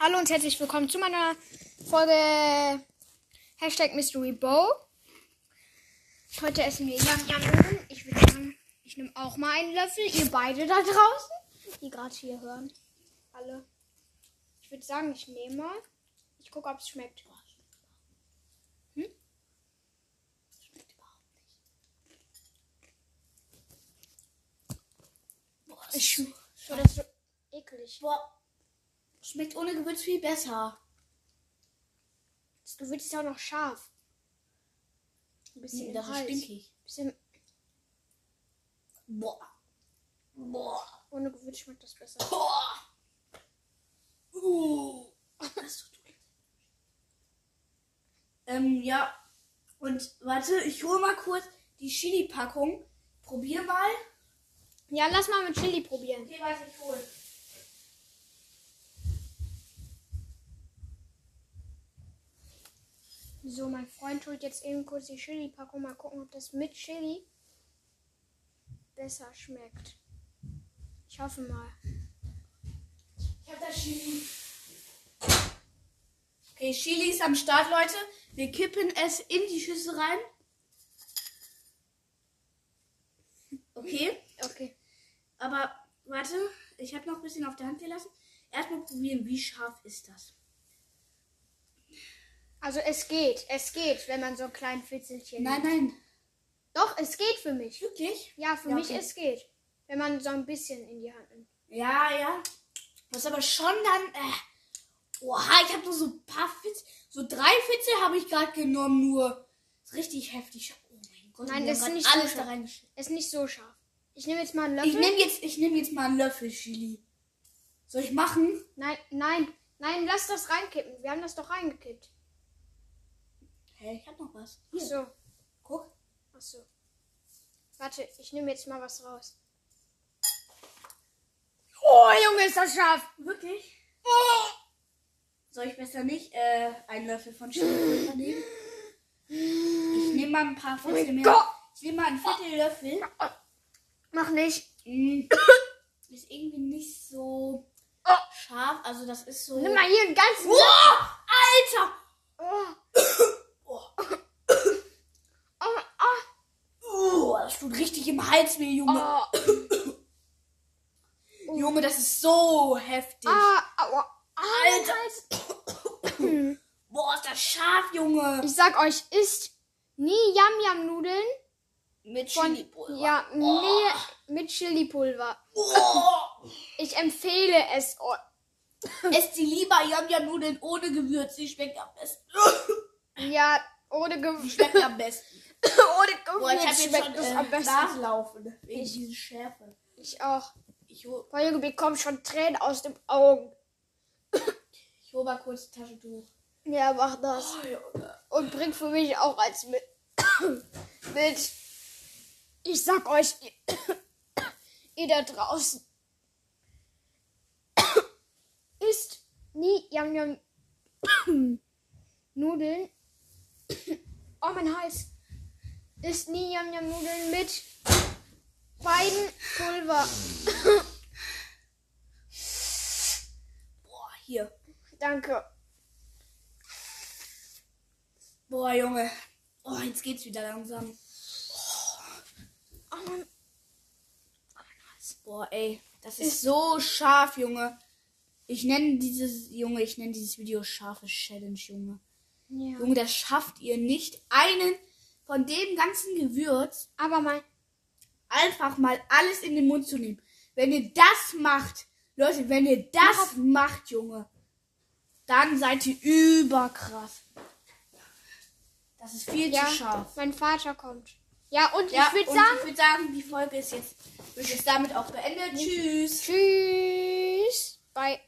Hallo und herzlich willkommen zu meiner Folge Hashtag Mystery Bow. Heute essen wir Yam Yam Yam. Ich würde sagen, ich nehme auch mal einen Löffel. Ihr beide da draußen, die gerade hier hören. Alle. Ich würde sagen, ich nehme mal. Ich gucke, ob es schmeckt. Hm? Schmeckt überhaupt Boah, nicht. Ich schmeckt, schmeckt. Oder so eklig. boah, schmeckt ohne Gewürz viel besser. Das Gewürz ist auch noch scharf. Ein bisschen das im Hals. ist stinkig. bisschen Boah. Boah. ohne Gewürz schmeckt das besser. Boah. Uh. Das tut weh. ähm, ja. Und warte, ich hole mal kurz die Chili-Packung. Probier mal. Ja, lass mal mit Chili probieren. Okay, was ich hole. So, mein Freund holt jetzt eben kurz die Chili-Packung. Mal gucken, ob das mit Chili besser schmeckt. Ich hoffe mal. Ich hab das Chili. Okay, Chili ist am Start, Leute. Wir kippen es in die Schüssel rein. Okay. Okay. Aber warte, ich habe noch ein bisschen auf der Hand gelassen. Erstmal probieren, wie scharf ist das? Also es geht, es geht, wenn man so einen kleinen Fitzelchen hat. nein. Doch, es geht für mich. Wirklich? Ja, für Ja, mich okay. es geht. Wenn man so ein bisschen in die Hand nimmt. Ja, ja. Was aber schon dann. Äh, oha, ich habe nur so ein paar Fitze. So drei Fitze habe ich gerade genommen, nur. Ist richtig heftig. Oh mein Gott, Nein, wir das haben ist grad nicht alles so da scharf. reingeschnitten. Ist nicht so scharf. Ich nehme jetzt mal einen Ich Löffel. nehme jetzt, ich nehm jetzt mal einen Löffel Chili. Soll ich machen? nein, nein, nein, lass das reinkippen. Wir haben das doch reingekippt. Hä, ich habe noch was. Ach Hier, So, guck. ach so. Warte, ich nehme jetzt mal was raus. Oh, Junge, ist das scharf. Wirklich? Oh! Soll ich besser nicht äh, einen Löffel von Chili nehmen? Ich nehme mal ein paar Viertel mein mehr. Gott! Ich nehme mal einen Viertel Löffel. Mach nicht. Mm. Ist irgendwie nicht so Oh. scharf. Also das ist so. Nimm mal hier einen ganzen oh, Alter! Oh, Oh, oh, oh, oh, das tut richtig im Hals weh, Junge. oh. Junge, das ist so heftig. Ah, aua. Ah, mein Alter. Hals. Boah, ist das scharf, Junge. Ich sag euch, isst nie Yam-Yam-Nudeln Mit von... Chilipulver. Ja, oh. nee, mit Chili-Pulver. Oh. Ich empfehle es Oh, euch. Esst die lieber Yam-Yam-Nudeln ohne Gewürz. Die schmeckt am besten. Ja, ohne Die Gewürz. schmeckt am besten. ohne Boah, ich hab Gewürz jetzt schmeckt schon es äh, am besten. Nasenlaufen wegen dieser Schärfe. Ich auch. Ich hol, Boah, Junge, mir kommen schon Tränen aus den Augen. ich hol mal kurz ein Taschentuch. Ja, mach das. Oh, Junge. Und bringt für mich auch als mit. mit. Ich sag euch, ihr, ihr da draußen. isst nie Yam Yam Nudeln. oh, mein Hals. Isst nie Yam Yam Nudeln mit beiden Pulver. Boah, hier. Danke. Boah, Junge. Oh, jetzt geht's wieder langsam. Oh, mein Boah, ey. Das ist so scharf, Junge. Ich nenne dieses, Junge, ich nenne dieses Video scharfe Challenge, Junge. ja. Junge, das schafft ihr nicht. Einen von dem ganzen Gewürz Aber mein. einfach mal alles in den Mund zu nehmen. Wenn ihr das macht, Leute, wenn ihr das macht, Junge, dann seid ihr überkrass. Das ist viel Ja, zu scharf. mein Vater kommt. Ja, und Ja, ich würde und sagen. ich würde sagen, die Folge ist jetzt, wird jetzt damit auch beendet. Tschüss. Tschüss. Bye.